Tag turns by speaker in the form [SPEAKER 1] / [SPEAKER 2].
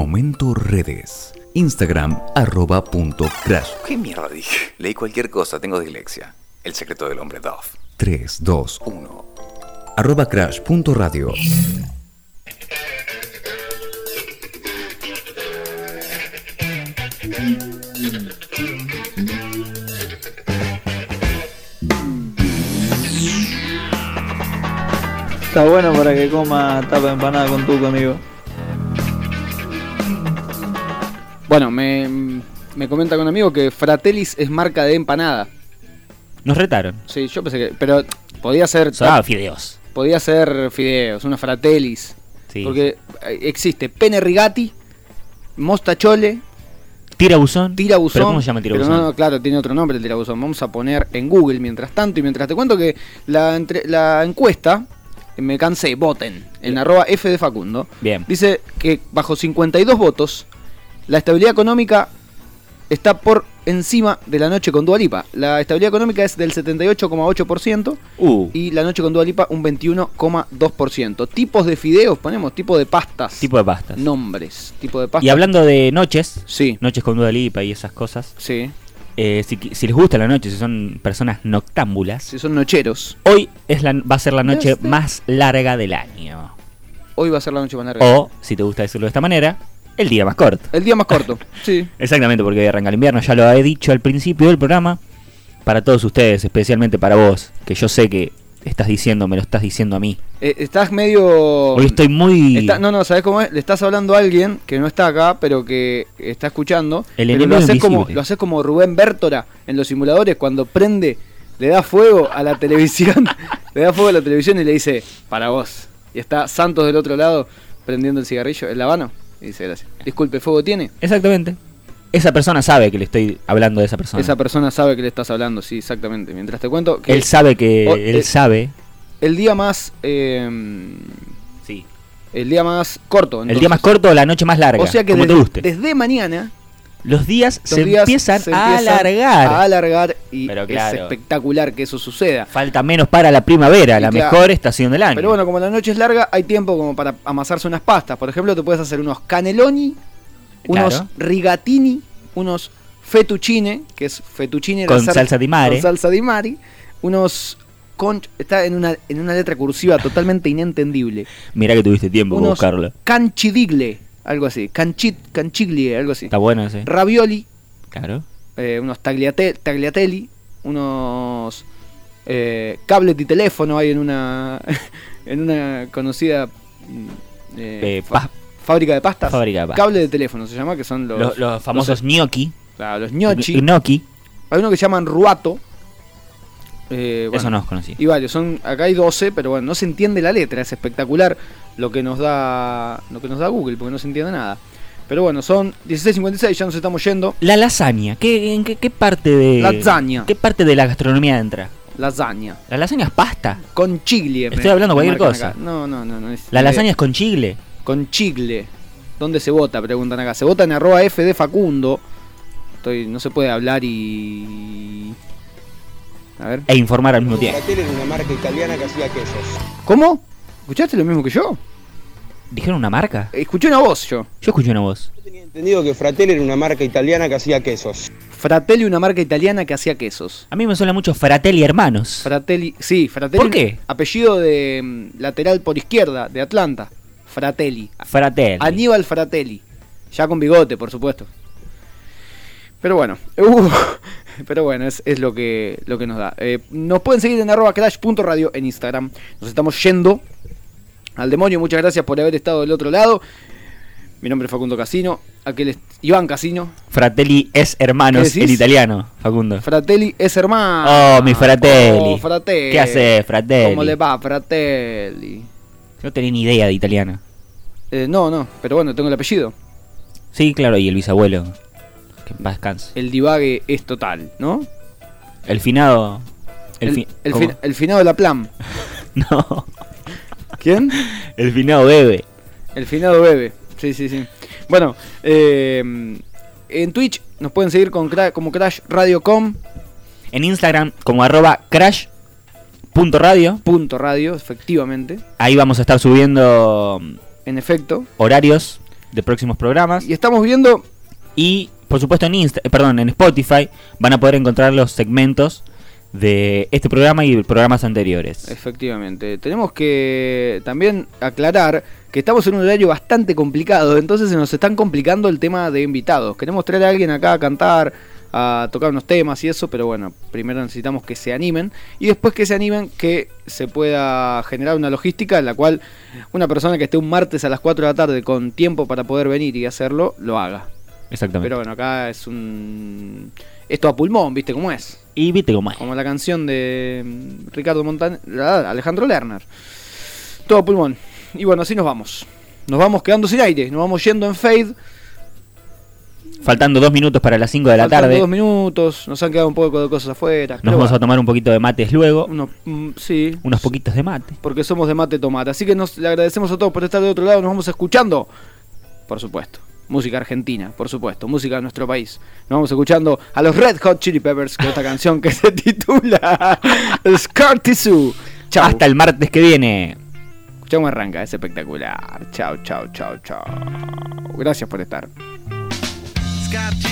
[SPEAKER 1] Momento redes. Instagram arroba punto crash.
[SPEAKER 2] ¿Qué mierda dije? Leí cualquier cosa, tengo dislexia. El secreto del hombre Dove.
[SPEAKER 1] 3, 2,
[SPEAKER 2] Uno.
[SPEAKER 1] arroba crash punto radio.
[SPEAKER 3] Está bueno para que coma tapa de empanada con tuco, amigo.
[SPEAKER 4] Bueno, me, me comenta con un amigo que Fratellis es marca de empanada.
[SPEAKER 5] Nos retaron.
[SPEAKER 4] Sí, yo pensé que. Pero podía ser.
[SPEAKER 5] Sonaban fideos.
[SPEAKER 4] Podía ser fideos, una Fratellis.
[SPEAKER 5] Sí.
[SPEAKER 4] Porque eh, existe pene rigati, mostachole,
[SPEAKER 5] Tirabuzón.
[SPEAKER 4] tirabuzón.
[SPEAKER 5] ¿Pero cómo se llama
[SPEAKER 4] Pero
[SPEAKER 5] tirabuzón?
[SPEAKER 4] no, no, claro, tiene otro nombre el tirabuzón. Vamos a poner en Google mientras tanto. Y mientras te cuento que la, entre- la encuesta, eh, me cansé, voten, en arroba F de Facundo.
[SPEAKER 5] Bien.
[SPEAKER 4] Dice que bajo 52 votos, la estabilidad económica está por encima de la noche con Dualipa. La estabilidad económica es del 78,8%
[SPEAKER 5] Uh,
[SPEAKER 4] y la noche con Dualipa un 21,2%. Tipos de fideos, ponemos tipo de pastas.
[SPEAKER 5] tipo de pastas.
[SPEAKER 4] Nombres, tipo de pastas.
[SPEAKER 5] Y hablando de noches,
[SPEAKER 4] Sí,
[SPEAKER 5] noches con duda lipa y esas cosas,
[SPEAKER 4] sí,
[SPEAKER 5] eh, si, qui- si les gusta la noche, si son personas noctámbulas,
[SPEAKER 4] sí, son nocheros.
[SPEAKER 5] hoy es la, va a ser la noche
[SPEAKER 4] Este.
[SPEAKER 5] más larga del año.
[SPEAKER 4] Hoy va a ser la noche más larga.
[SPEAKER 5] O, si te gusta decirlo de esta manera, el día más corto.
[SPEAKER 4] El día más corto, sí.
[SPEAKER 5] Exactamente, porque hoy arranca el invierno, ya lo he dicho al principio del programa. Para todos ustedes, especialmente para vos, que yo sé que estás diciendo, me lo estás diciendo a mí.
[SPEAKER 4] Eh, estás medio...
[SPEAKER 5] Hoy estoy muy...
[SPEAKER 4] Está- no, no, ¿sabes cómo es? Le estás hablando a alguien que no está acá, pero que está escuchando.
[SPEAKER 5] El
[SPEAKER 4] pero
[SPEAKER 5] enemigo
[SPEAKER 4] lo haces,
[SPEAKER 5] invisible.
[SPEAKER 4] como, lo haces como Rubén Bértora en los simuladores cuando prende, le da fuego a la televisión. le da fuego a la televisión y le dice, para vos. Y está Santos del otro lado prendiendo el cigarrillo, el habano. Y dice, gracias. Disculpe, ¿fuego tiene?
[SPEAKER 5] Exactamente. Esa persona sabe que le estoy hablando de esa persona.
[SPEAKER 4] Esa persona sabe que le estás hablando, sí, exactamente. Mientras te cuento que
[SPEAKER 5] Él sabe que...
[SPEAKER 4] O-
[SPEAKER 5] él
[SPEAKER 4] eh,
[SPEAKER 5] sabe...
[SPEAKER 4] el día más... eh,
[SPEAKER 5] Sí.
[SPEAKER 4] el día más corto.
[SPEAKER 5] el día más
[SPEAKER 4] entonces.
[SPEAKER 5] corto o la noche más larga.
[SPEAKER 4] O sea que
[SPEAKER 5] como
[SPEAKER 4] desde-
[SPEAKER 5] te guste.
[SPEAKER 4] desde mañana
[SPEAKER 5] los días
[SPEAKER 4] Los
[SPEAKER 5] se
[SPEAKER 4] días
[SPEAKER 5] empiezan
[SPEAKER 4] se
[SPEAKER 5] a alargar.
[SPEAKER 4] A alargar y
[SPEAKER 5] Pero claro.
[SPEAKER 4] es espectacular que eso suceda.
[SPEAKER 5] Falta menos para la primavera,
[SPEAKER 4] Y
[SPEAKER 5] la
[SPEAKER 4] claro.
[SPEAKER 5] mejor estación del año.
[SPEAKER 4] Pero bueno, como la noche es larga, hay tiempo como para amasarse unas pastas. Por ejemplo, te puedes hacer unos caneloni, unos
[SPEAKER 5] Claro.
[SPEAKER 4] rigatini, unos fettuccine, que es fettuccine
[SPEAKER 5] Con
[SPEAKER 4] sar-
[SPEAKER 5] salsa di mare.
[SPEAKER 4] Con salsa di mare, unos con- está en una en una letra cursiva totalmente inentendible.
[SPEAKER 5] Mirá que tuviste tiempo para
[SPEAKER 4] unos
[SPEAKER 5] buscarlo.
[SPEAKER 4] canchidigle, algo así, canchit, canchiglie, algo así.
[SPEAKER 5] Está bueno ese.
[SPEAKER 4] Ravioli,
[SPEAKER 5] Claro.
[SPEAKER 4] eh, unos tagliate- tagliatelli, unos eh, cables de teléfono hay en una en una conocida mm, eh,
[SPEAKER 5] Eh,
[SPEAKER 4] fa-
[SPEAKER 5] pa-
[SPEAKER 4] fábrica de pastas.
[SPEAKER 5] Fábrica de pastas.
[SPEAKER 4] Cable de teléfono se llama, que son los,
[SPEAKER 5] Los, los famosos gnocchi.
[SPEAKER 4] los- claro, los gnocchi.
[SPEAKER 5] Gnocchi.
[SPEAKER 4] Hay uno que llaman ruato. eh,
[SPEAKER 5] Eso
[SPEAKER 4] bueno,
[SPEAKER 5] no los conocí.
[SPEAKER 4] Y varios, son, acá hay 12, pero bueno, no se entiende la letra, es espectacular lo que nos da lo que nos da Google, porque no se entiende nada. Pero bueno, son 16.56, ya nos estamos yendo.
[SPEAKER 5] La lasaña. ¿Qué, ¿En qué, qué parte de.
[SPEAKER 4] Lasaña.
[SPEAKER 5] Eh, ¿Qué parte de la gastronomía entra?
[SPEAKER 4] Lasaña.
[SPEAKER 5] ¿La lasaña es pasta?
[SPEAKER 4] Con chigle.
[SPEAKER 5] Estoy
[SPEAKER 4] me-
[SPEAKER 5] hablando
[SPEAKER 4] me
[SPEAKER 5] cualquier
[SPEAKER 4] marcan
[SPEAKER 5] cosa.
[SPEAKER 4] acá. No, no, no. no es
[SPEAKER 5] ¿La
[SPEAKER 4] idea.
[SPEAKER 5] lasaña es con chicle?
[SPEAKER 4] Con chicle. ¿Dónde se vota? Preguntan acá. Se vota en arroba F de Facundo. Estoy, no se puede hablar y... A ver.
[SPEAKER 5] E informar al mismo tiempo.
[SPEAKER 6] Fratelli era una marca italiana que hacía quesos.
[SPEAKER 4] ¿Cómo? ¿Escuchaste lo mismo que yo?
[SPEAKER 5] ¿Dijeron una marca?
[SPEAKER 4] Escuché una voz yo.
[SPEAKER 5] Yo escuché una voz.
[SPEAKER 6] Yo tenía entendido que Fratelli era una marca italiana que hacía quesos.
[SPEAKER 4] Fratelli, una marca italiana que hacía quesos.
[SPEAKER 5] A mí me suena mucho Fratelli Hermanos.
[SPEAKER 4] Fratelli... Sí, Fratelli...
[SPEAKER 5] ¿Por qué?
[SPEAKER 4] Apellido de mm, lateral por izquierda, de Atlanta. Fratelli.
[SPEAKER 5] Fratelli.
[SPEAKER 4] Aníbal Fratelli. Ya con bigote, por supuesto. Pero bueno, uh, pero bueno, es, es lo, que, lo que nos da. Eh, nos pueden seguir en arroba crash.radio en Instagram. Nos estamos yendo al demonio. Muchas gracias por haber estado del otro lado. Mi nombre es Facundo Casino. Aquel es Iván Casino.
[SPEAKER 5] Fratelli es hermanos
[SPEAKER 4] ¿Qué decís?
[SPEAKER 5] en italiano, Facundo.
[SPEAKER 4] Fratelli es hermano.
[SPEAKER 5] Oh, mi Fratelli.
[SPEAKER 4] Oh, Fratelli.
[SPEAKER 5] ¿Qué hace, Fratelli?
[SPEAKER 4] ¿Cómo le va, Fratelli?
[SPEAKER 5] No tenía ni idea de italiano.
[SPEAKER 4] Eh, no, no, pero bueno, tengo el apellido.
[SPEAKER 5] Sí, claro, y el bisabuelo. Que en paz descanse.
[SPEAKER 4] El divague es total, ¿no?
[SPEAKER 5] El finado.
[SPEAKER 4] El,
[SPEAKER 5] fi-
[SPEAKER 4] el
[SPEAKER 5] ¿cómo?
[SPEAKER 4] fin- el finado de la plan.
[SPEAKER 5] No.
[SPEAKER 4] ¿Quién?
[SPEAKER 5] El finado bebe.
[SPEAKER 4] El finado bebe. Sí, sí, sí. Bueno, eh, en Twitch nos pueden seguir con Cra- como Crash Radio Com,
[SPEAKER 5] En Instagram, como arroba crash.radio.
[SPEAKER 4] punto radio, efectivamente.
[SPEAKER 5] Ahí vamos a estar subiendo mm,
[SPEAKER 4] En efecto,
[SPEAKER 5] horarios de próximos programas.
[SPEAKER 4] Y estamos viendo
[SPEAKER 5] Y por supuesto en Insta, eh, perdón, en Spotify van a poder encontrar los segmentos de este programa y programas anteriores.
[SPEAKER 4] Efectivamente. Tenemos que también aclarar que estamos en un horario bastante complicado, entonces se nos están complicando el tema de invitados. Queremos traer a alguien acá a cantar, a tocar unos temas y eso, pero bueno, primero necesitamos que se animen y después que se animen que se pueda generar una logística en la cual una persona que esté un martes a las 4 de la tarde con tiempo para poder venir y hacerlo, lo haga.
[SPEAKER 5] Exactamente.
[SPEAKER 4] Pero bueno, acá es un... Esto a pulmón, ¿viste cómo es?
[SPEAKER 5] y viste cómo es.
[SPEAKER 4] Como la canción de mm, Ricardo Montaner, Alejandro Lerner. Todo pulmón. Y bueno, así nos vamos. Nos vamos quedando sin aire, nos vamos yendo en fade.
[SPEAKER 5] Faltando dos minutos para las 5 de la
[SPEAKER 4] Faltando
[SPEAKER 5] tarde.
[SPEAKER 4] dos minutos, nos han quedado un poco de cosas afuera.
[SPEAKER 5] Nos
[SPEAKER 4] pero
[SPEAKER 5] vamos a
[SPEAKER 4] bueno,
[SPEAKER 5] tomar un poquito de mates luego.
[SPEAKER 4] unos- mm, sí,
[SPEAKER 5] Unos poquitos de mate.
[SPEAKER 4] porque somos de mate tomate. Así que nos le agradecemos a todos por estar de otro lado, nos vamos escuchando. Por supuesto. Música argentina, por supuesto, música de nuestro país. Nos vamos escuchando a los Red Hot Chili Peppers con esta canción que se titula Scar Tissue. Chau.
[SPEAKER 5] Hasta el martes que viene.
[SPEAKER 4] Escuchamos arranca, es espectacular. Chao, chao, chao, chao. Gracias por estar.
[SPEAKER 7] Scott